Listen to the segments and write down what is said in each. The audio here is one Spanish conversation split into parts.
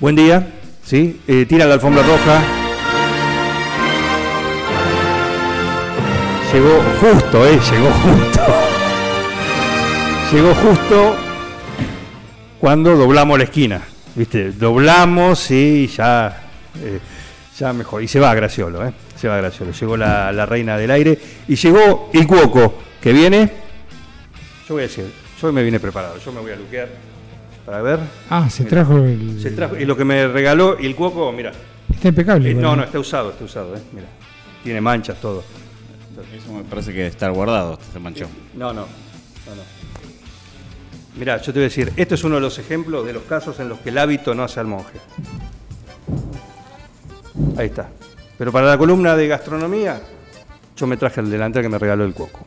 Buen día, ¿sí? Eh, tira la alfombra roja. Llegó justo, ¿eh? Llegó justo. Llegó justo cuando doblamos la esquina, ¿viste? Doblamos, sí, y ya, eh, ya mejor. Y se va Graciolo, ¿eh? Se va Graciolo. Llegó la, la reina del aire y llegó el cuoco que viene. Yo voy a decir, yo me vine preparado, yo me voy a luquear para ver. Ah, se trajo el. Se trajo- y lo que me regaló el cuoco, mira. Está impecable. Eh, no, igual. no, está usado, está usado, eh, mira. Tiene manchas, todo. Eso me parece que debe estar guardado, este se manchó. No, no, no, no. Mirá, yo te voy a decir, esto es uno de los ejemplos de los casos en los que el hábito no hace al monje. Ahí está. Pero para la columna de gastronomía, yo me traje el delantal que me regaló el cuoco.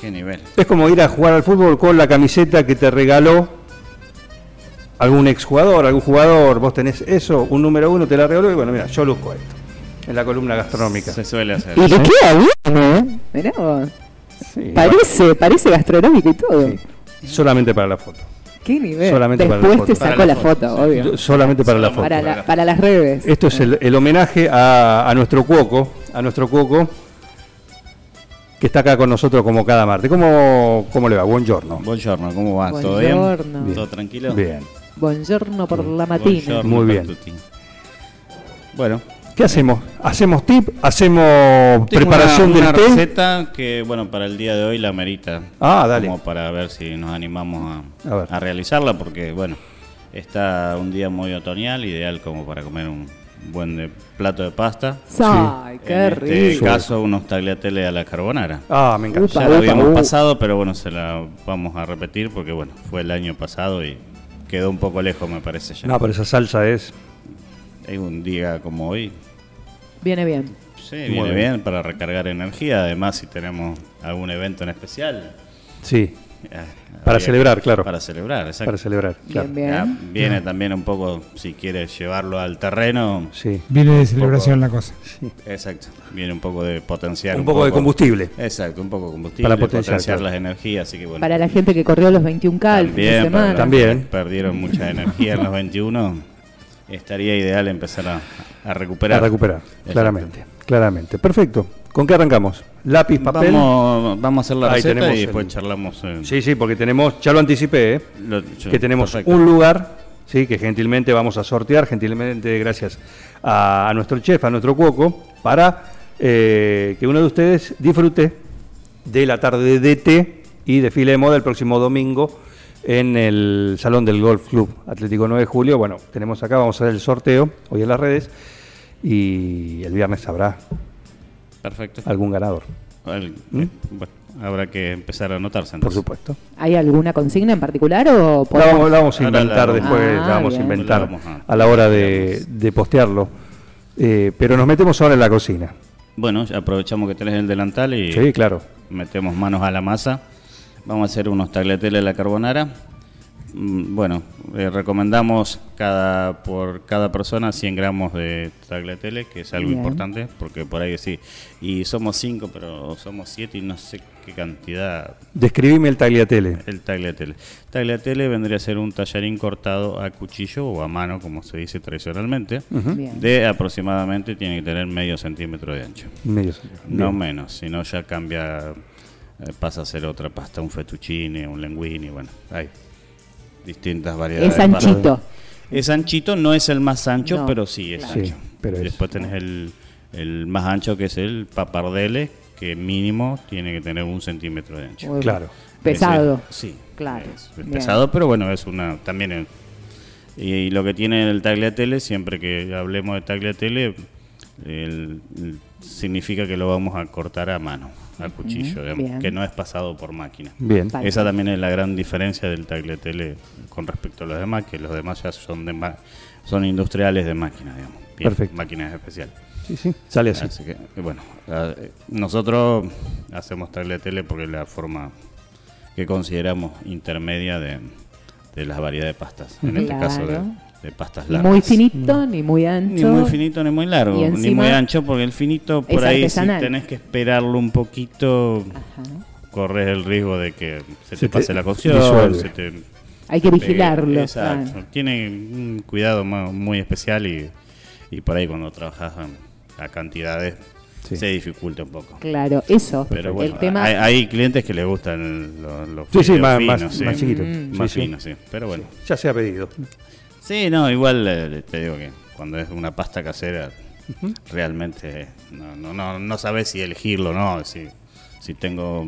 Qué nivel. Es como ir a jugar al fútbol con la camiseta que te regaló algún exjugador, algún jugador. Vos tenés eso, un número uno te la regaló y bueno, mira, yo luzco esto. En la columna gastronómica. Se suele hacer. Y le queda bien, ¿eh? Mirá vos. Sí. Parece, parece gastronómico y todo. Solamente para la foto. Qué nivel. Solamente para la Después te foto. sacó Para la la foto, obvio. Yo- Solamente para la foto. para, la- para las redes. Esto es el, el homenaje a, a nuestro cuoco, a nuestro cuoco que está acá con nosotros como cada martes. ¿Cómo, cómo le va? Buen giorno. Buongiorno, ¿cómo va? ¿Todo Buongiorno. bien? ¿Todo tranquilo? Bien. Buongiorno por la matina. Buongiorno, Muy bien. Bertucci. Bueno, ¿Qué hacemos? ¿Hacemos tip? ¿Hacemos tengo preparación una, una del té? receta que, bueno, para el día de hoy la merita. Ah, dale. Como para ver si nos animamos a, A ver. a realizarla, porque, bueno, está un día muy otoñal, ideal como para comer un buen de- plato de pasta. Ay, qué en este rico. caso, unos tagliatelle a la carbonara. Ah, me encanta. Upa, Ya lo upa, habíamos upa. pasado, pero bueno, se la vamos a repetir porque bueno, fue el año pasado y quedó un poco lejos, me parece ya. No, pero esa salsa es. Hay un día como hoy. Viene bien. Sí, viene bien. bien. para recargar energía. Además, si tenemos algún evento en especial. Sí, eh, Para habría- celebrar, claro. Para celebrar, exacto. para celebrar. Claro. Bien, bien. Ya, viene también un poco, si quieres llevarlo al terreno. Sí. Viene de celebración la cosa. Exacto. Viene un poco de potenciar. Un poco de combustible. Exacto, un poco de combustible. Para potenciar, claro. las energías. Así que bueno. Para la gente que corrió los 21K el fin de También, semana. para- También. Perdieron mucha energía en los 21. Estaría ideal empezar a, a recuperar. A recuperar, Exacto. claramente. Claramente. Perfecto. ¿Con qué arrancamos? ¿Lápiz, papel? Vamos, vamos a hacer la Ahí receta tenemos y el- después charlamos. eh, Sí, sí, porque tenemos, ya lo anticipé, ¿eh? lo- sí, que tenemos perfecto. un lugar, sí, que gentilmente vamos a sortear, gentilmente gracias a, a nuestro chef, a nuestro cuoco, para eh, que uno de ustedes disfrute de la tarde de té y desfile de moda el próximo domingo en el Salón del Golf Club Atlético 9 de Julio. Bueno, tenemos acá, vamos a hacer el sorteo hoy en las redes y el viernes habrá Perfecto. algún ganador, Al- ¿Mm? eh, bueno, habrá que empezar a anotarse. por entonces. supuesto. ¿Hay alguna consigna en particular o La vamos, la vamos a Ahora la inventar vamos. después, Ah, la vamos a bien. inventar La vamos a- a la hora de, de postearlo. Eh, pero nos metemos ahora en la cocina. Bueno, ya aprovechamos que tenés el delantal y Sí, claro. metemos manos a la masa. Vamos a hacer unos tagliatelle a la carbonara. Mm, Bueno, eh, recomendamos cada por cada persona 100 gramos de tagliatelle, que es algo Bien. importante, porque por ahí sí. Y somos 5, pero somos 7 y no sé qué cantidad Describime el tagliatelle. el tagliatelle. Tagliatelle vendría a ser un tallarín cortado a cuchillo o a mano, como se dice tradicionalmente, Bien. de aproximadamente tiene que tener medio centímetro de ancho. Medio señor. No Bien. menos, sino ya cambia, eh, pasa a ser otra pasta, un fettuccine, un linguini, bueno, hay distintas variedades. Es de pasta. anchito. Es anchito, no es el más ancho, No, pero sí es claro. Sí, ancho. pero es- Después tenés el, el más ancho que es el papardele, que mínimo tiene que tener un centímetro de ancho. Uy, Claro. Pesado. Ese- sí. Claro, Es bien. pesado, pero bueno, es una también es- y, y lo que tiene el tagliatelle, siempre que hablemos de tagliatelle, el- el- significa que lo vamos a cortar a mano. a cuchillo, digamos, bien. que no es pasado por máquina. Bien. Vale. Esa también es la gran diferencia del tagliatelle con respecto a los demás, que los demás ya son de ma- son industriales de máquina, digamos. Bien, Perfecto. Máquinas especiales. Sí, sí. Sale así. Así que, eh, bueno, la- eh, nosotros hacemos tagliatelle porque es la forma que consideramos intermedia de, de las variedades de pastas. En este Claro. caso, de, de pastas largas. Muy Mm. finito, ni muy ancho. Ni muy finito ni muy largo, Y ni encima muy ancho, porque el finito es por ahí si artesanal. tenés que esperarlo un poquito, Ajá. corres el riesgo de que se, Se te pase te la cocción, disuelve. se te Hay que vigilarlo. pegue. Eh, Exacto. claro. Tiene un cuidado mu- muy especial y, y por ahí cuando trabajas a- a cantidades Sí. se dificulta un poco. Ah, Claro, eso. Pero bueno, el tema. hay, hay clientes que les gustan los, los Sí, sí, fideos más- finos, más- sí. más chiquitos. Mm. Más Sí, sí. finos, sí. Pero bueno. Ya se ha pedido. Sí, no, igual eh, te digo que cuando es una pasta casera, realmente no, no, no, no sabes si elegirlo o no. Si, si tengo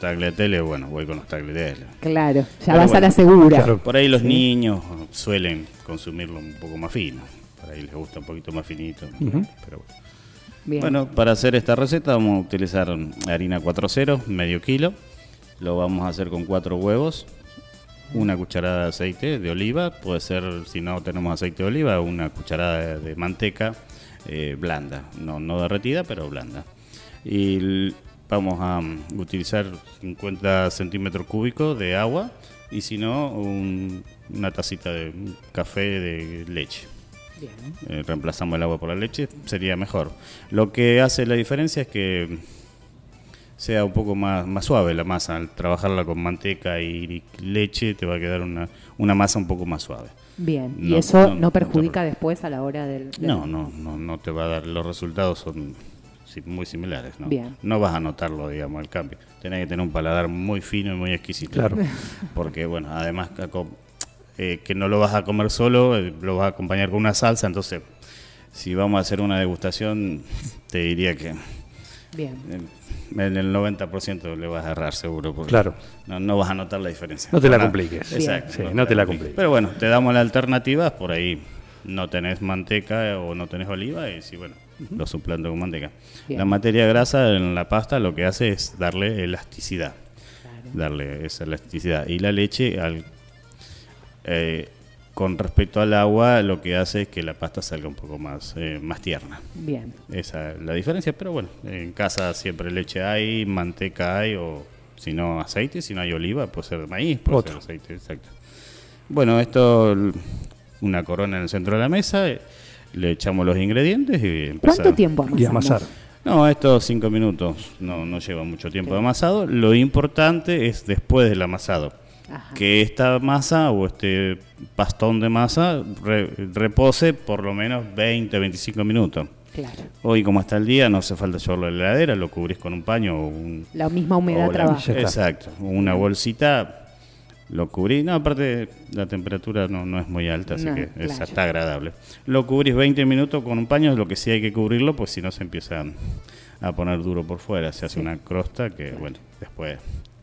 tagliatelle, bueno, voy con los tagliatelle. Claro, ya Pero vas a bueno, la segura. claro. Por ahí los niños suelen consumirlo un poco más fino. Por ahí les gusta un poquito más finito. Pero bueno. Bien. Bueno, para hacer esta receta vamos a utilizar harina 4.0, medio kilo. Lo vamos a hacer con cuatro huevos, una cucharada de aceite de oliva, puede ser, si no tenemos aceite de oliva, una cucharada de, de manteca eh, blanda, no, no derretida, pero blanda. Y l- vamos a mm, utilizar 50 centímetros cúbicos de agua y si no, un- una tacita de un café de leche. Eh, reemplazamos el agua por la leche, sería mejor. Lo que hace la diferencia es que sea un poco más, más suave la masa. Al trabajarla con manteca y leche te va a quedar una, una masa un poco más suave. Bien, y No, eso no, no, no te perjudica preocupes. después a la hora del. del- No, no, no, no te va a dar. Los resultados son si- muy similares. ¿no? Bien. no vas a notarlo, digamos, el cambio. Tenés que tener un paladar muy fino y muy exquisito. Claro. Porque, bueno, además aco- eh, que no lo vas a comer solo, eh, lo vas a acompañar con una salsa. Entonces, si vamos a hacer una degustación, te diría que Bien. en en el 90% le vas a errar seguro. Porque Claro. No, no vas a notar la diferencia. No te la Para- compliques. Exacto. Sí, no te la compliques. Pero bueno, te damos la alternativa, por ahí no tenés manteca eh, o no tenés oliva y sí, bueno, lo suplando con manteca. Bien. La materia grasa en la pasta lo que hace es darle elasticidad. Darle esa elasticidad. Y la leche, al, eh, con respecto al agua, lo que hace es que la pasta salga un poco más, eh, más tierna. Bien. Esa es la diferencia, pero bueno, en casa siempre leche hay, manteca hay, o si no aceite, si no hay oliva, puede ser de maíz, puede Otro. ser aceite, exacto. Bueno, esto, l- una corona en el centro de la mesa, eh, le echamos los ingredientes y empezamos. ¿Cuánto tiempo amasamos? Y amasar. No, estos cinco minutos no, no lleva mucho tiempo de amasado. Lo importante es después del amasado. Ajá. Que esta masa o este pastón de masa re- repose por lo menos 20, 25 minutos. Claro. Hoy, como está el día, no hace falta llevarlo a la heladera, lo cubrís con un paño o un. La misma humedad o la- trabaja. Ya está. Exacto, una bolsita, lo cubrís. No, aparte, la temperatura no, no es muy alta, así No, que es- claro. está agradable. Lo cubrís 20 minutos con un paño, lo que sí hay que cubrirlo, pues si no se empieza a poner duro por fuera, se hace una crosta que, bueno, después.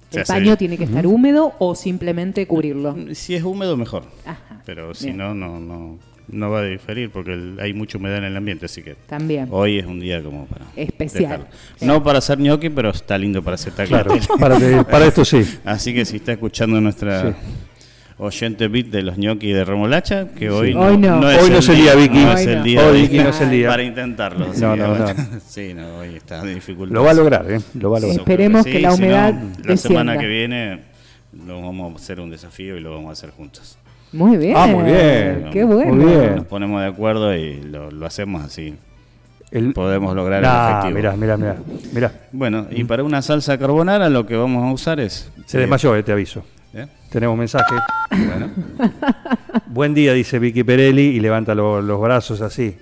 se El hace- paño tiene que estar húmedo o simplemente cubrirlo. Si es húmedo, mejor. Ajá, Pero si bien. no, no, no, no va a diferir porque el- hay mucha humedad en el ambiente, así que. También. Hoy es un día como para. Especial. dejarlo. No para hacer ñoqui, pero está lindo para hacer Claro. tagliatelle. para, que- para esto sí. Así que si está escuchando nuestra oyente beat de los ñoqui de remolacha, que hoy, Hoy no. es Hoy no el es el día, Vicky. No es Hoy el no. día. Hoy, de- Vicky, no es el día. Para intentarlo. así No, que no, bueno. no. sí, no, hoy está dificultoso. Lo va a lograr, ¿eh? Lo va a lograr. Seguro Esperemos que la si no, humedad la descienda. semana que viene lo vamos a hacer un desafío y lo vamos a hacer juntos. Muy bien. Ah, muy bien. Qué bueno. Muy bien. Nos ponemos de acuerdo y lo, lo hacemos así. El- Podemos lograr el Nah, objetivo. mirá, mirá, mirá. mirá. Bueno, y para una salsa carbonara lo que vamos a usar es. Se desmayó, eh, te aviso. ¿Eh? Tenemos mensaje. Bueno, Buen día, dice Vicky Perelli y levanta lo- los brazos así.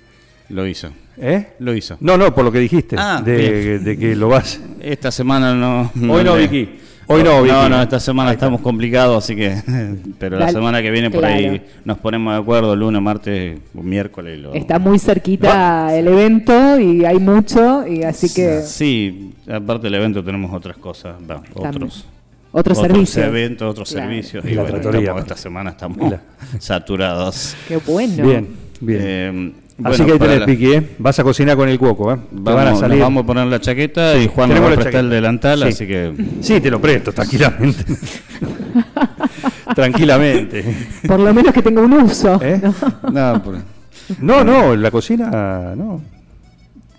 lo hizo. ¿Eh? Lo hizo. No, no, por lo que dijiste. Ah, de, de que lo vas. Esta semana no. Hoy no, le- Vicky. Hoy no, Vicky. No, no, esta semana estamos complicados, así que. Pero la Dale. semana que viene por ahí Claro. nos ponemos de acuerdo, lunes, martes, miércoles. Lo... Está muy cerquita el evento y hay mucho, y así que Sí, aparte del evento tenemos otras cosas, va, También. otros. otro servicio. eventos, otros Claro. servicios. Y Y la bueno, tratoría, pues. estamos- aparte. esta semana estamos saturados. Qué bueno. Bien, bien. Eh, Así Bueno, que ahí para tenés, la- Piqui, ¿eh? Vas a cocinar con el cuoco, ¿eh? Te Vamos, van a nos salir. vamos a poner la chaqueta y Juan nos Tenemos va a la prestar el chaqueta. delantal, Sí. así que Sí, te lo presto, tranquilamente. tranquilamente. Por lo menos que tenga un uso. ¿Eh? ¿no? no, por- No, no, la cocina, no.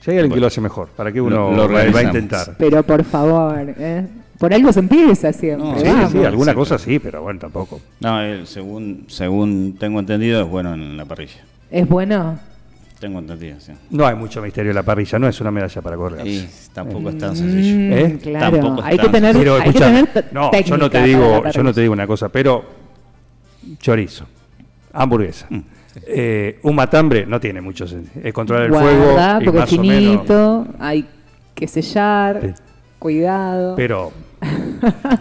Si hay alguien que lo hace mejor, ¿para qué uno Lo- lo va- va, a organizamos. intentar? Pero por favor, ¿eh? por algo se empieza siempre. No, Sí, vamos. sí, alguna sí, cosa sí, pero bueno, tampoco. no, eh, según según tengo entendido es bueno en la parrilla. Es bueno. Tengo entendido, sí. No hay mucho misterio en la parrilla, no es una medalla para colgarse. Y tampoco es tan sencillo. Mm, ¿Eh? Claro, Tampoco es hay que tan- tener, Pero hay que escuchá, tener t- no, yo técnica no te para digo, la yo no te digo una cosa, pero chorizo, hamburguesa, Mm, eh, un matambre no tiene mucho sentido. Es controlar el Guarda, fuego y porque es más o menos, finito, hay que sellar, Sí. cuidado. pero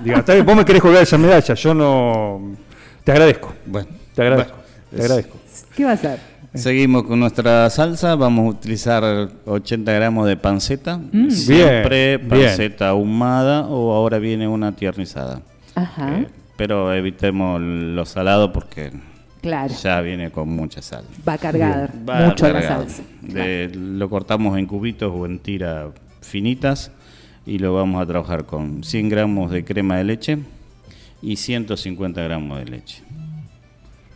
diga, "Está bien, vos me querés colgar esa medalla, yo no te agradezco, Bueno, te agradezco, te es- agradezco. ¿Qué va a hacer? Seguimos con nuestra salsa, vamos a utilizar 80 gramos de panceta, siempre Mm. Bien, bien. panceta ahumada o ahora viene una tiernizada. Ajá, Eh, pero evitemos lo salado porque claro. ya viene con mucha sal. Va cargada, Va mucho la cargado. salsa. De- Lo cortamos en cubitos o en tiras finitas y lo vamos a trabajar con 100 gramos de crema de leche y 150 gramos de leche.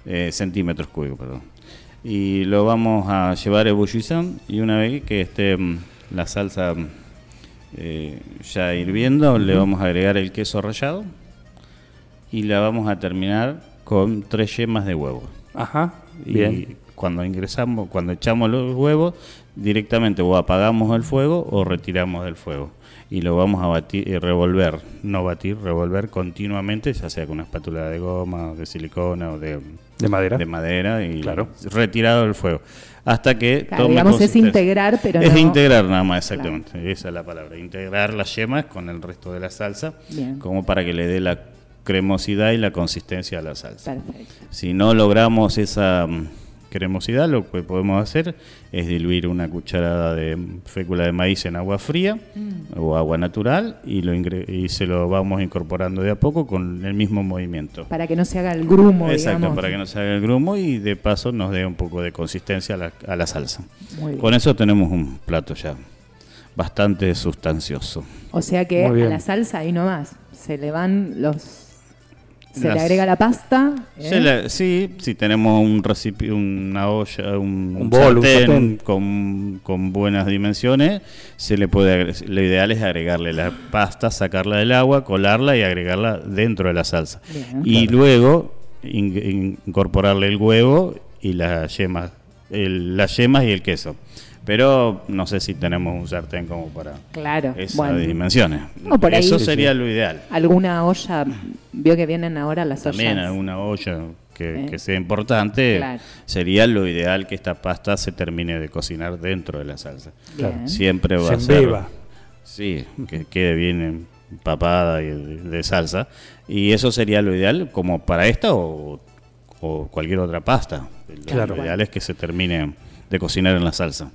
Eh, centímetros cúbicos, perdón. Y lo vamos a llevar a ebullición y una vez que esté mm, la salsa mm, eh, ya hirviendo, le vamos a agregar el queso rallado y la vamos a terminar con tres yemas de huevo. Ajá, Y bien. cuando ingresamos, cuando echamos los huevos, directamente o apagamos el fuego o retiramos del fuego. Y lo vamos a batir, eh, revolver, no batir, revolver continuamente, ya sea con una espátula de goma, o de silicona o de, De madera. de madera y Claro. retirado del fuego. Hasta que Claro, digamos, es consistencia. integrar, pero Es no- integrar nada más, exactamente. Esa es la palabra. Integrar las yemas con el resto de la salsa, Bien. como para que le dé la cremosidad y la consistencia a la salsa. Perfecto. Si no logramos esa mm, cremosidad, lo que podemos hacer es diluir una cucharada de mm, fécula de maíz en agua fría Mm. o agua natural y, lo ingre- y se lo vamos incorporando de a poco con el mismo movimiento. Para que no se haga el grumo, Exacto, digamos. para que no se haga el grumo y de paso nos dé un poco de consistencia a la, a la salsa. Muy bien. Con eso tenemos un plato ya bastante sustancioso. O sea que a Muy bien. la salsa ahí nomás se le van los... Se Las- le agrega la pasta. ¿eh? Se la- sí, si tenemos un recipi- una olla, un, Un bol, un sartén. con, con buenas dimensiones, se le puede agre- lo ideal es agregarle la pasta, sacarla del agua, colarla y agregarla dentro de la salsa. Bien. y luego in- in- incorporarle el huevo y las yemas, el- las yemas y el queso. Pero no sé si tenemos un sartén como para Claro, esas bueno. dimensiones. No, por ahí- Eso Sí, sería lo ideal. Alguna olla, vio que vienen ahora las ollas. También alguna olla que, Eh. que sea importante, Claro. sería lo ideal que esta pasta se termine de cocinar dentro de la salsa. Bien. Siempre va Se a ser... embeba. Sí, que quede bien empapada y de, de salsa. Y eso sería lo ideal como para esta o, o cualquier otra pasta. Lo Claro. ideal es que se termine de cocinar en la salsa.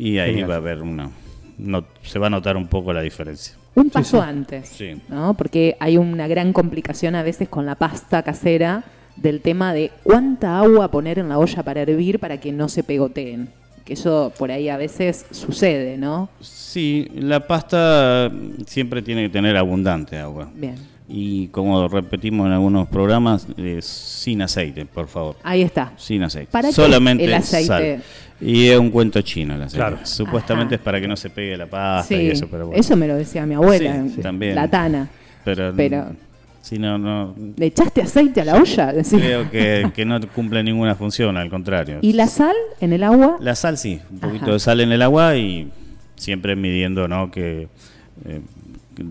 Y ahí va a haber una... no- se va a notar un poco la diferencia. Un paso antes, Sí. ¿no? Porque hay una gran complicación a veces con la pasta casera del tema de cuánta agua poner en la olla para hervir para que no se pegoteen. Que eso por ahí a veces sucede, ¿no? Sí, la pasta mm, siempre tiene que tener abundante agua. Bien. Y como repetimos en algunos programas, eh, sin aceite, por favor. Ahí está. Sin aceite. ¿Para qué Solamente el aceite? sal. Y es un cuento chino el aceite. Claro. Supuestamente Ajá. es para que no se pegue la pasta Sí, y eso, pero bueno. eso me lo decía mi abuela, Sí, sí, también. la tana. Pero, pero- si no, no ¿Le echaste aceite a la olla? Decía. creo que, que no cumple ninguna función, al contrario. ¿Y la sal en el agua? La sal sí, un poquito Ajá. de sal en el agua y siempre midiendo, ¿no? Que eh,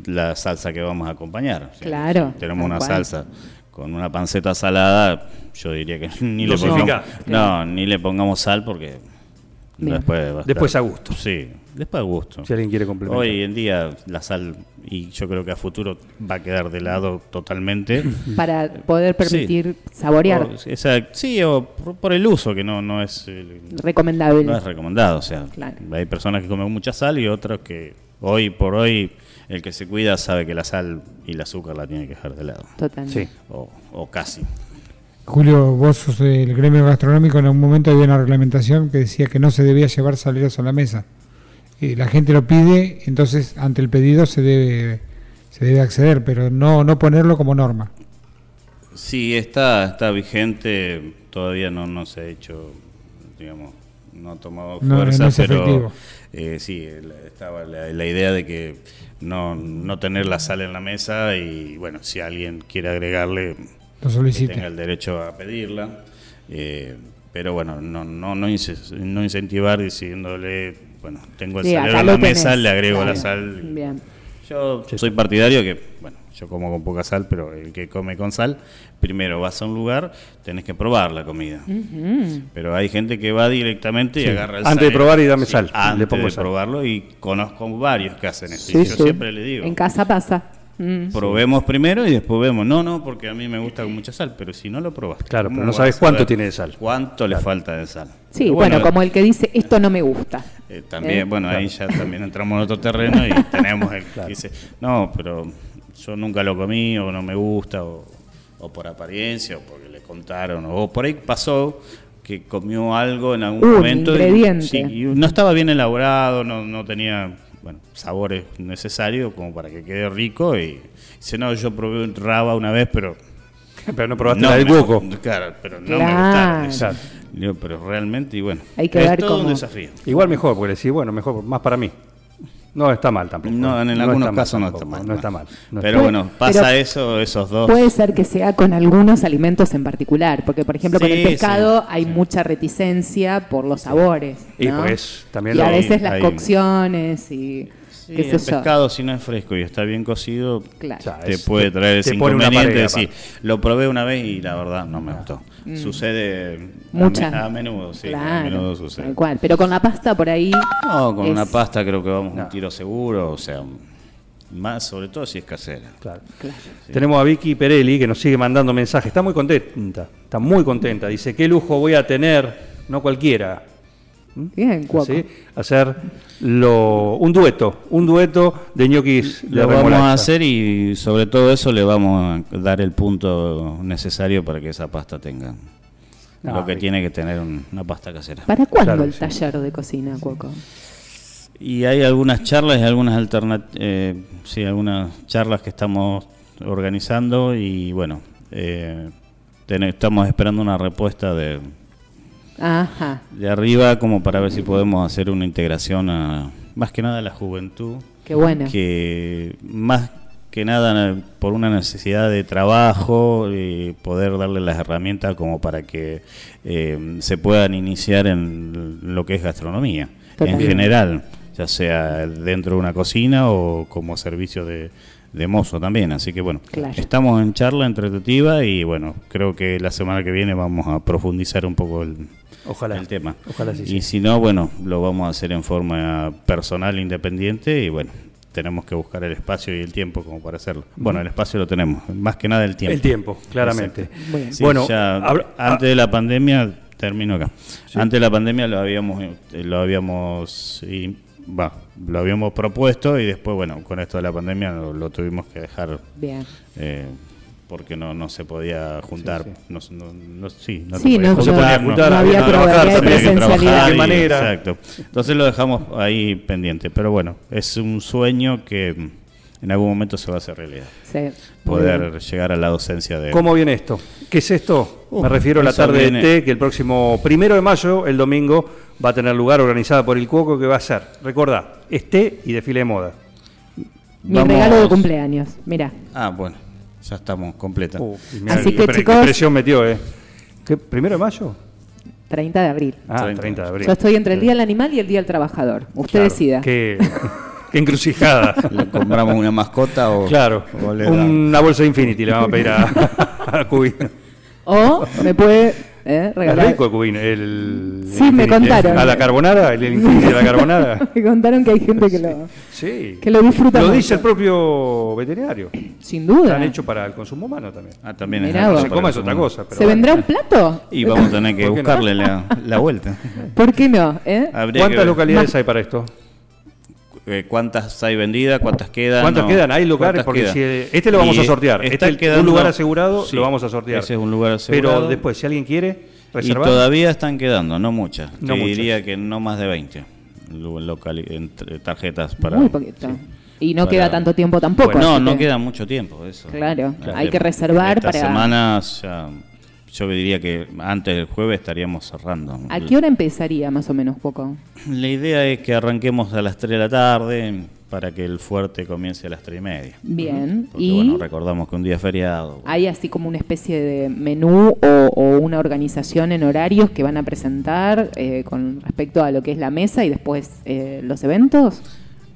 la salsa que vamos a acompañar. O sea, Claro, si tenemos tal una cual. salsa con una panceta salada, yo diría que ni le pongamos, Dosifica. no, ni le pongamos sal porque Bien. después va a estar- Después a gusto. Sí, después a gusto. Si alguien quiere complementar. Hoy en día la sal y yo creo que a futuro va a quedar de lado totalmente. Para poder permitir O- saborear. esa- Oh, sí, o por, por el uso que no no es el- Recomendable. no es recomendado, o sea, Claro. hay personas que comen mucha sal y otros que hoy por hoy el que se cuida sabe que la sal y el azúcar la tiene que dejar de lado, Totalmente. Sí. o, o casi. Julio, vos sos del gremio gastronómico, en un momento había una reglamentación que decía que no se debía llevar saleros a la mesa. Y la gente lo pide, entonces ante el pedido se debe, se debe acceder, pero no, no ponerlo como norma. Sí, está, está vigente, todavía no, no se ha hecho, digamos, no ha tomado No, fuerza, no es efectivo. pero eh, sí, la- estaba la, la idea de que no, no tener la sal en la mesa y bueno, si alguien quiere agregarle, Lo que solicite. tenga el derecho a pedirla, eh, pero bueno, no, no, no, inces- no incentivar diciéndole, bueno, tengo el Sí, salero acá en Pues la lo tenés. mesa, le agrego la Claro. sal. y- Bien. yo soy partidario que, bueno, yo como con poca sal, pero el que come con sal, primero vas a un lugar, tenés que probar la comida. Pero hay gente que va directamente y agarra el Antes de salero. probar y dame sal, Antes le pongo de sal. probarlo y conozco varios que hacen eso. Sí, y yo sí. siempre le digo, En casa pasa. Mm. probemos primero y después vemos. No, no, porque a mí me gusta con mucha sal, pero si no lo probas. Claro, ¿cómo pero no vas sabes a cuánto saber tiene de sal? ¿Cuánto le falta de sal? Sí, Pero bueno, como el que dice, esto no me gusta. eh, también, ¿Eh? bueno, ahí ya también entramos en otro terreno y tenemos el que dice, no, pero yo nunca lo comí o no me gusta o, o por apariencia o porque le contaron o por ahí pasó que comió algo en algún Un momento y- ingrediente. sí, y, no estaba bien elaborado, no, no tenía bueno, sabores necesarios como para que quede rico y dice, no, yo probé un raba una vez, pero Pero no probaste no la del me- hueco. Claro, pero no me Claro. gustaron. esas. Exacto. Digo, pero realmente, y bueno, Hay que es ver todo cómo- un desafío. Igual mejor, porque decís, bueno, mejor, más para mí. No está mal tampoco. No, en está algunos mal casos no está tampoco, mal. No está mal. no pero está mal. bueno, pasa Pero- eso, esos dos. Puede ser que sea con algunos alimentos en particular, porque por ejemplo con el Sí, pescado sí, hay sí. mucha reticencia por los sabores. Y ¿no? pues, también Y a hay- veces las hay- cocciones y Sí, qué el sé yo. pescado, si no es fresco y está bien cocido, Claro. Ya, te es- puede traer ese te pone una inconveniente. de pared, decir, aparte. Ah. lo probé una vez y la verdad no me gustó. Sucede a me- Muchas. a, menudo, sí. A Mm. Claro, menudo sucede. tal cual. Pero con la pasta por ahí. No, con es- una pasta creo que vamos No. un tiro seguro, o sea, más sobre todo si es casera. Claro. Claro. Tenemos a Vicky Perelli que nos sigue mandando mensajes. Está muy contenta. Está muy contenta. Dice, qué lujo voy a tener, no cualquiera. ¿Mm? Bien, cuoco. ¿sí? Hacer lo, un dueto. Un dueto de ñoquis de Lo vamos remolacha. a hacer y sobre todo eso le vamos a dar el punto necesario para que esa pasta tenga lo que tiene que tener un- una pasta casera. ¿Para cuándo Claro, el sí. taller de cocina, Cuoco? Y hay algunas charlas y algunas alternativas, sí, algunas charlas que estamos organizando y bueno, eh, ten- estamos esperando una respuesta de, Ajá. de arriba como para ver si podemos hacer una integración a más que nada a la juventud. Qué bueno. que más que nada na- por una necesidad de trabajo, eh, poder darle las herramientas como para que eh, se puedan iniciar en lo que es gastronomía, Totalmente. en general, ya sea dentro de una cocina o como servicio de, de mozo también. Así que bueno, Claro. estamos en charla entretativa y bueno, creo que la semana que viene vamos a profundizar un poco el, Ojalá. el tema. Ojalá sí. Y si no, bueno, lo vamos a hacer en forma personal, independiente y bueno, tenemos que buscar el espacio y el tiempo como para hacerlo. Bueno, el espacio lo tenemos, más que nada el tiempo. El tiempo, claramente. Exacto. Bueno. Sí, bueno, ya habla- antes de la pandemia, termino acá. Antes de la pandemia lo habíamos eh, lo habíamos y, va, lo habíamos propuesto y después, bueno, con esto de la pandemia lo, lo tuvimos que dejar Bien. eh, porque no, no se podía juntar. No, se- no- no- sí, no Sí, te no, podías no, juntar, no había probabilidad podías trabajar, de tenías que trabajar presencialidad. y- ¿De qué manera? Exacto. Entonces lo dejamos ahí pendiente. Pero bueno, es un sueño que mm, en algún momento se va a hacer realidad. Sí. Muy bien. Poder llegar a la docencia de... ¿Cómo viene esto? ¿Qué es esto? Uh, Me refiero a la eso tarde viene- de té, que el próximo primero de mayo, el domingo, va a tener lugar organizada por el Cuoco, que va a ser, recordá, es té y desfile de moda. Mi Vamos- regalo de cumpleaños. Mira. Ah, bueno, ya estamos completa. Uh, y Así qué que, pre- qué chicos- presión metió, ¿eh? ¿Qué, ¿Primero de mayo? 30 de abril. Ah, 30, 30 de abril. Yo estoy entre el Día del Animal y el Día del Trabajador. Usted Claro, decida. Qué, qué encrucijada. ¿Le compramos una mascota o...? claro, o le una bolsa de Infinity le vamos a pedir a, a Cubino. O me puede eh, regalar. Es rico el Cubino. El, Sí, el me Infinity. contaron. ¿A la carbonara? ¿El Infinity de la carbonara? me contaron que hay gente que lo. Sí. Que lo disfruta Lo mucho. dice el propio veterinario. Sin duda. Están hechos para el consumo humano también. Ah, también Mirá algo vos. Se para coma es eso, otra ¿no? cosa. pero ¿Se bueno. vendrá un plato? Y vamos a tener que ¿Por qué no? buscarle la, la vuelta. ¿Por qué no? eh? Habría que ¿Cuántas ver. localidades hay para esto? eh, cuántas hay vendidas, cuántas quedan. ¿Cuántas no. quedan? Hay lugares, ¿Cuántas porque quedan? si, eh, este lo vamos Y, a eh, sortear. está Este es quedando- un lugar asegurado, sí, lo vamos a sortear. Ese es un lugar asegurado. Pero después, si alguien quiere reservar, Y todavía están quedando, no muchas. No Te muchas. diría que no más de 20 lo- locali- en- eh, tarjetas para. Muy poquito. Y no Para- queda tanto tiempo tampoco. Bueno, no, así no que- queda mucho tiempo eso. Claro, Desde hay que reservar esta para- semana ya- yo diría que antes del jueves estaríamos cerrando. ¿A qué hora empezaría más o menos, Coco? La idea es que arranquemos a las 3 de la tarde para que el fuerte comience a las 3 y media. Bien. Porque Y bueno, recordamos que un día es feriado. hay así como una especie de menú o, o una organización en horarios que van a presentar eh, con respecto a lo que es la mesa y después eh, los eventos.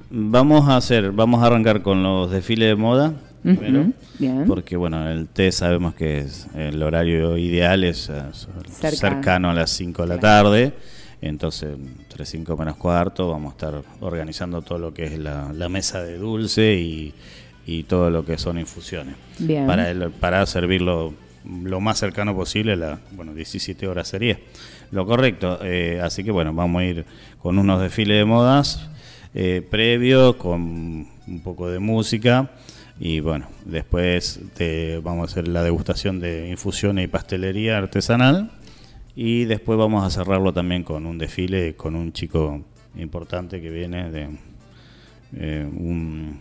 Vamos a hacer, vamos a arrancar con los desfiles de moda. Ujú, primero, bien. Porque bueno, el té sabemos que es el horario ideal es eh, so- Cerca. cercano a las 5 de la tarde. Entonces, entre 5 menos cuarto, vamos a estar organizando todo lo que es la, la mesa de dulce y, y todo lo que son infusiones. Bien. Para, el- para servirlo lo más cercano posible, a la, bueno, 17 horas sería lo correcto. Eh, así que bueno, vamos a ir con unos desfiles de modas eh, previos, con un poco de música. Y bueno, después te- vamos a hacer la degustación de infusiones y pastelería artesanal. Y después vamos a cerrarlo también con un desfile, con un chico importante que viene de eh, un,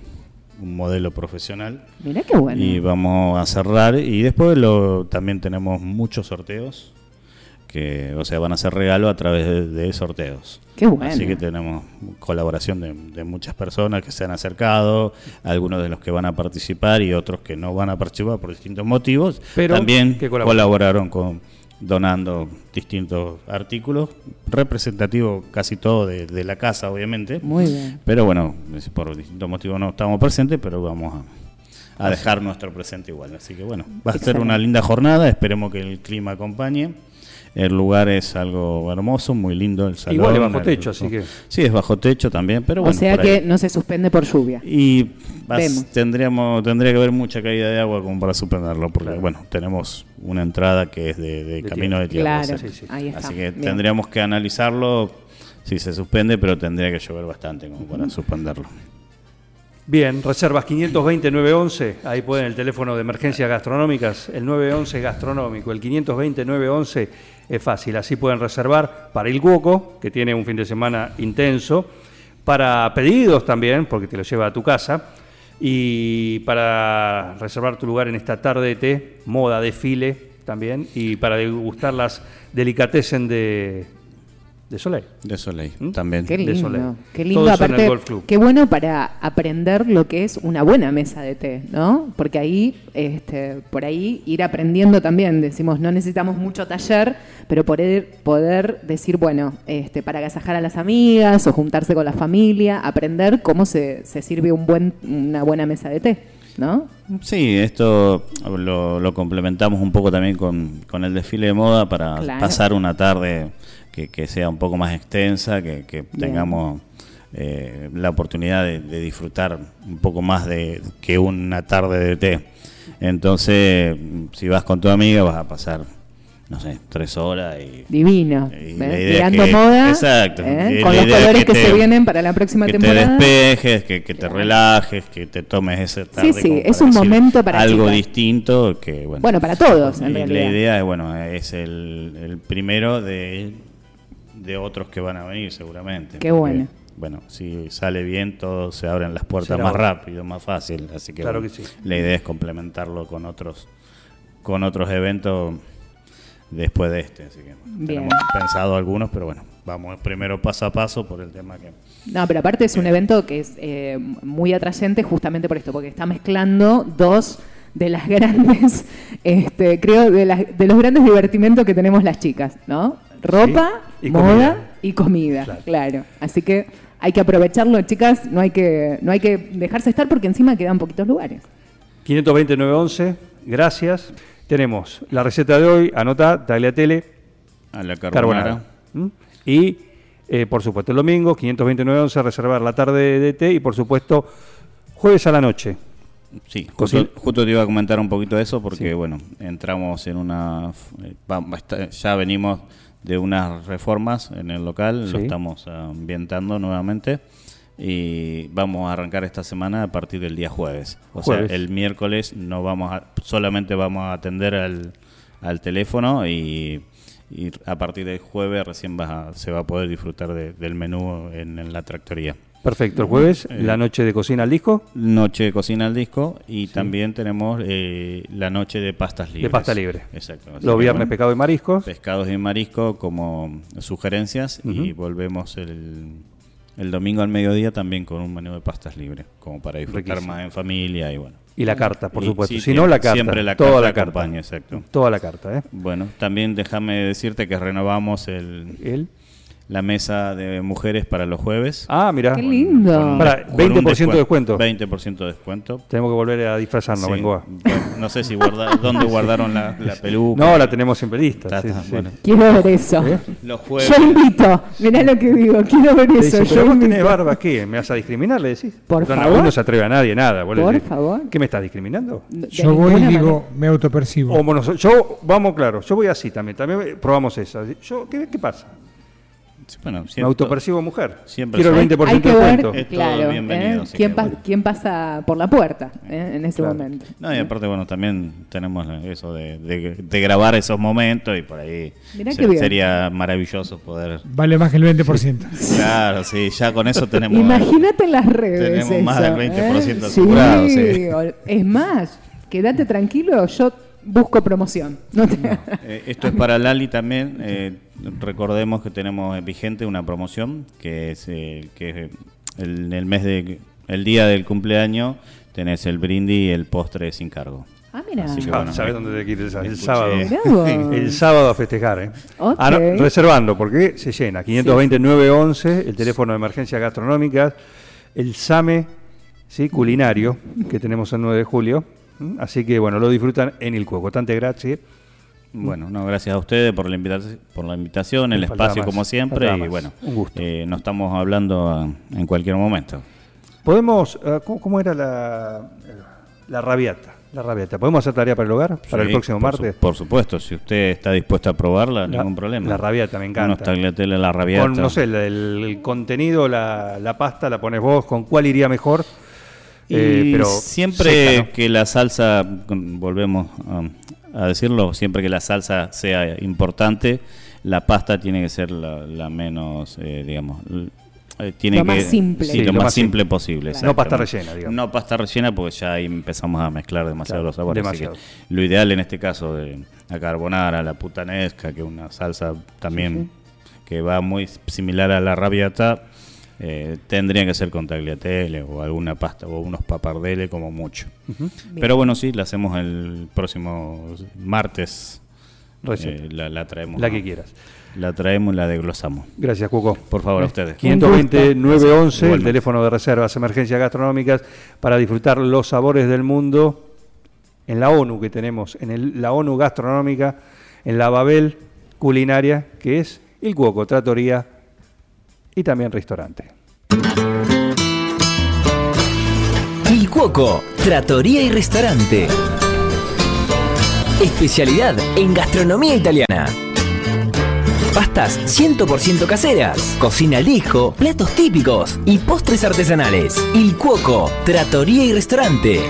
un modelo profesional. Mirá qué bueno. Y vamos a cerrar. Y después lo, también tenemos muchos sorteos. Que, o sea, van a ser regalo a través de, de sorteos. Qué bueno. Así que tenemos colaboración de, de muchas personas que se han acercado, algunos de los que van a participar y otros que no van a participar por distintos motivos. Pero también que colaboran. colaboraron con donando distintos artículos, representativos casi todo de, de la casa, obviamente. Muy bien. Pero bueno, es- por distintos motivos no estamos presentes, pero vamos a, a dejar nuestro presente igual. Así que bueno, va a ser Excelente. una linda jornada, esperemos que el clima acompañe. El lugar es algo hermoso, muy lindo el salón. Igual es bajo el- techo, así que- Sí, es bajo techo también, pero o bueno. sea por que ahí. no se suspende por lluvia. Y vas- Vemos. tendríamos, tendría que haber mucha caída de agua como para suspenderlo, porque bueno, tenemos una entrada que es de, de camino de tierra. Claro, o sea, sí, sí. ahí está. Así que Bien. tendríamos que analizarlo si se suspende, pero tendría que llover bastante como para suspenderlo. bien, reservas 520-911, ahí pueden el teléfono de emergencias gastronómicas, el 911 gastronómico, el 520-911 es fácil, así pueden reservar para el Guoco, que tiene un fin de semana intenso, para pedidos también, porque te lo lleva a tu casa, y para reservar tu lugar en esta tarde de té, moda, desfile también, y para degustar las delicatessen de, de Soleil. De Soleil, ¿Mm? también. Qué de lindo, Soleil. qué lindo. Todo eso en el aparte, Golf Club. qué bueno para aprender lo que es una buena mesa de té, ¿no? Porque ahí, este, por ahí ir aprendiendo también. Decimos, no necesitamos mucho taller, pero poder, poder decir, bueno, este, para agasajar a las amigas o juntarse con la familia, aprender cómo se, se sirve un buen, una buena mesa de té, ¿no? Sí, esto lo, lo complementamos un poco también con, con el desfile de moda para Claro. pasar una tarde que, que sea un poco más extensa, que, que Bien. tengamos eh, la oportunidad de, de disfrutar un poco más de que una tarde de té. Entonces, si vas con tu amiga, vas a pasar, no sé, tres horas y Divino. Y ¿eh? la idea es Mirando que- moda, exacto. ¿eh? Y con la los idea es colores que, que se te- vienen para la próxima que temporada. te despejes, que, que te Claro. relajes, que te tomes ese tarde. sí, como es para un decir momento para algo chicos. distinto que bueno. Bueno, para todos, en Y realidad. La idea es bueno, es el, el primero de, de otros que van a venir seguramente. Qué porque, bueno. Bueno, si sale bien, todos se abren las puertas Será más bueno. rápido, más fácil. Así que, Claro bueno, que sí. la idea es complementarlo con otros, con otros eventos después de este. Así que bueno, Bien. tenemos pensado algunos, pero bueno, vamos primero paso a paso por el tema que No, pero aparte es un evento que es eh, muy atrayente justamente por esto, porque está mezclando dos de las grandes, este, creo, de, las- de los grandes divertimentos que tenemos las chicas, ¿no? Ropa, Sí, y moda comida. y comida, claro. Claro. Así que hay que aprovecharlo, chicas, no hay que, no hay que dejarse estar porque encima quedan poquitos lugares. 529-11, gracias. Tenemos la receta de hoy, anota, tagliatelle, a la carbonara. ¿Mm? Y, eh, por supuesto, el domingo, 529-11, reservar la tarde de té y, por supuesto, jueves a la noche. Sí, Cocin- justo, justo te iba a comentar un poquito de eso porque, bueno, entramos en una... eh, va- va- está- Ya venimos de unas reformas en el local, lo Sí. estamos ambientando nuevamente. Y vamos a arrancar esta semana a partir del día jueves. O Jueves. sea, el miércoles no vamos a, solamente vamos a atender al, al teléfono y, y a partir del jueves recién vas a- se va a poder disfrutar de- del menú en- en la tractoría. Perfecto, el jueves, Eh. la noche de cocina al disco, Noche de cocina al disco y también tenemos eh, la noche de pastas libres. pasta libre. Exacto. Así los que, viernes bueno, pescado y mariscos. pescados y marisco como sugerencias y Ujú. volvemos el, el domingo al mediodía también con un menú de pastas libres, como para disfrutar Riquísimo. más en familia y bueno. Y la carta, por Y supuesto. sí, si no, la carta. Siempre la toda carta la carta. acompaña, exacto. Toda la carta, ¿eh? Bueno, también déjame decirte que renovamos el, El- la mesa de mujeres para los jueves. Ah, mira. Qué lindo. Con un Pará, des- con un 20% de descuento. 20% de descuento. Tenemos que volver a disfrazarnos, Sí. Bengoa. Bueno, No sé si guarda- dónde guardaron la, la peluca. No, la tenemos siempre lista. Está, sí, está, sí. bueno. Quiero ver eso. ¿Eh? Los Yo jueves. invito. Mirá lo que digo. Quiero ver Le eso. dice, Yo pero vos tenés invito". barba, ¿qué? ¿Me vas a discriminar? Le decís. Por Don favor. Abud no se atreve a nadie, nada. Vos le Por decís, favor. ¿Qué me estás discriminando? De Yo voy y ninguna digo, manera. me autopercibo. O mono- yo, vamos, claro, yo voy así también. También eh, probamos esa. Yo, ¿qué, qué pasa? Bueno, Me autopercibo mujer. siempre Quiero soy- el 20% Hay de que ver, descuento. Es todo claro, bienvenido, ¿eh? así ¿Quién, que pa- bueno. quién pasa por la puerta eh, en ese Claro. momento? No, y aparte, bueno, también tenemos eso de, de- de grabar esos momentos y por ahí Mirá se- qué bien. sería maravilloso poder. Vale más que el 20%. Claro, sí, ya con eso tenemos. eh, Imagínate en las redes. Tenemos más eso, del ¿eh? 20% Sí, asegurado, sí. o- Es más, quédate tranquilo, yo busco promoción. No te- Eh, esto es para Lali también. eh, recordemos que tenemos vigente una promoción que es eh, que es el, en el mes de el día del cumpleaños tenés el brindis y el postre sin cargo. Ah, mira. Así que Ah, bueno, ¿Sabés ahí- dónde te quieres El escuché. sábado. Mirá vos. El sábado a festejar, ¿eh? Ok. Ah, no, reservando, porque se llena. 529-11, el teléfono de emergencias gastronómicas, el SAME ¿sí? culinario que tenemos el 9 de julio. ¿m? Así que, bueno, lo disfrutan en el Cuoco. Tante gracias. Bueno, no, gracias a ustedes por la, invita- por la invitación, el No faltaba espacio más, como siempre faltaba y más. bueno, Un gusto. eh, nos estamos hablando ah, en cualquier momento. Podemos, ah, ¿cómo, cómo era la, la rabiata? La rabiata. ¿Podemos hacer tarea para el hogar? Para el Sí, próximo por su- martes. por supuesto, si usted está dispuesto a probarla, La- ningún problema. la rabiata, me encanta. Unos tagliatelle a la rabiata. Con, no sé, la- el, el contenido, la, la pasta, la pones vos, con cuál iría mejor. Y Eh, pero siempre seca, ¿no? que la salsa, con- volvemos um, a decirlo, siempre que la salsa sea importante, la pasta tiene que ser la, la menos, eh, digamos, l- eh, tiene Lo que, más simple. sí, Sí, lo, más simple posible. No pasta exactamente. rellena, digamos. No pasta rellena porque ya ahí empezamos a mezclar demasiado Claro, los sabores. así que demasiado. lo ideal en este caso de la carbonara, la putanesca, que es una salsa también que va muy similar a la rabiata, eh, tendría que ser con tagliatelle o alguna pasta o unos papardele como mucho. Pero bueno, sí, la hacemos el próximo martes. Receta. Eh, la, la traemos. La que quieras. La traemos y la desglosamos. Gracias, Cuco. Por favor, a ustedes. 520 911, el Igualmente. teléfono de reservas, emergencias gastronómicas, para disfrutar los sabores del mundo en la ONU que tenemos, en el- la ONU gastronómica, en la Babel culinaria, que es el Cuoco, tratoría y también restaurante. El Cuoco, Tratoría y Restaurante. Especialidad en gastronomía italiana. Pastas 100% caseras, cocina al disco, platos típicos y postres artesanales. El Cuoco, Tratoría y Restaurante.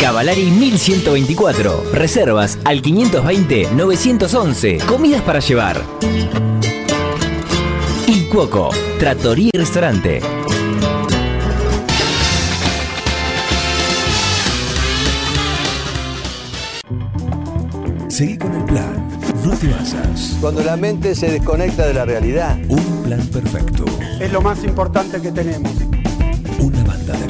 Cavalari 1124. Reservas al 520-911. Comidas para llevar. El Cuoco, Tratoría y Restaurante. Seguí con el plan. No te basas. Cuando la mente se desconecta de la realidad. Un plan perfecto. Es lo más importante que tenemos. Una banda de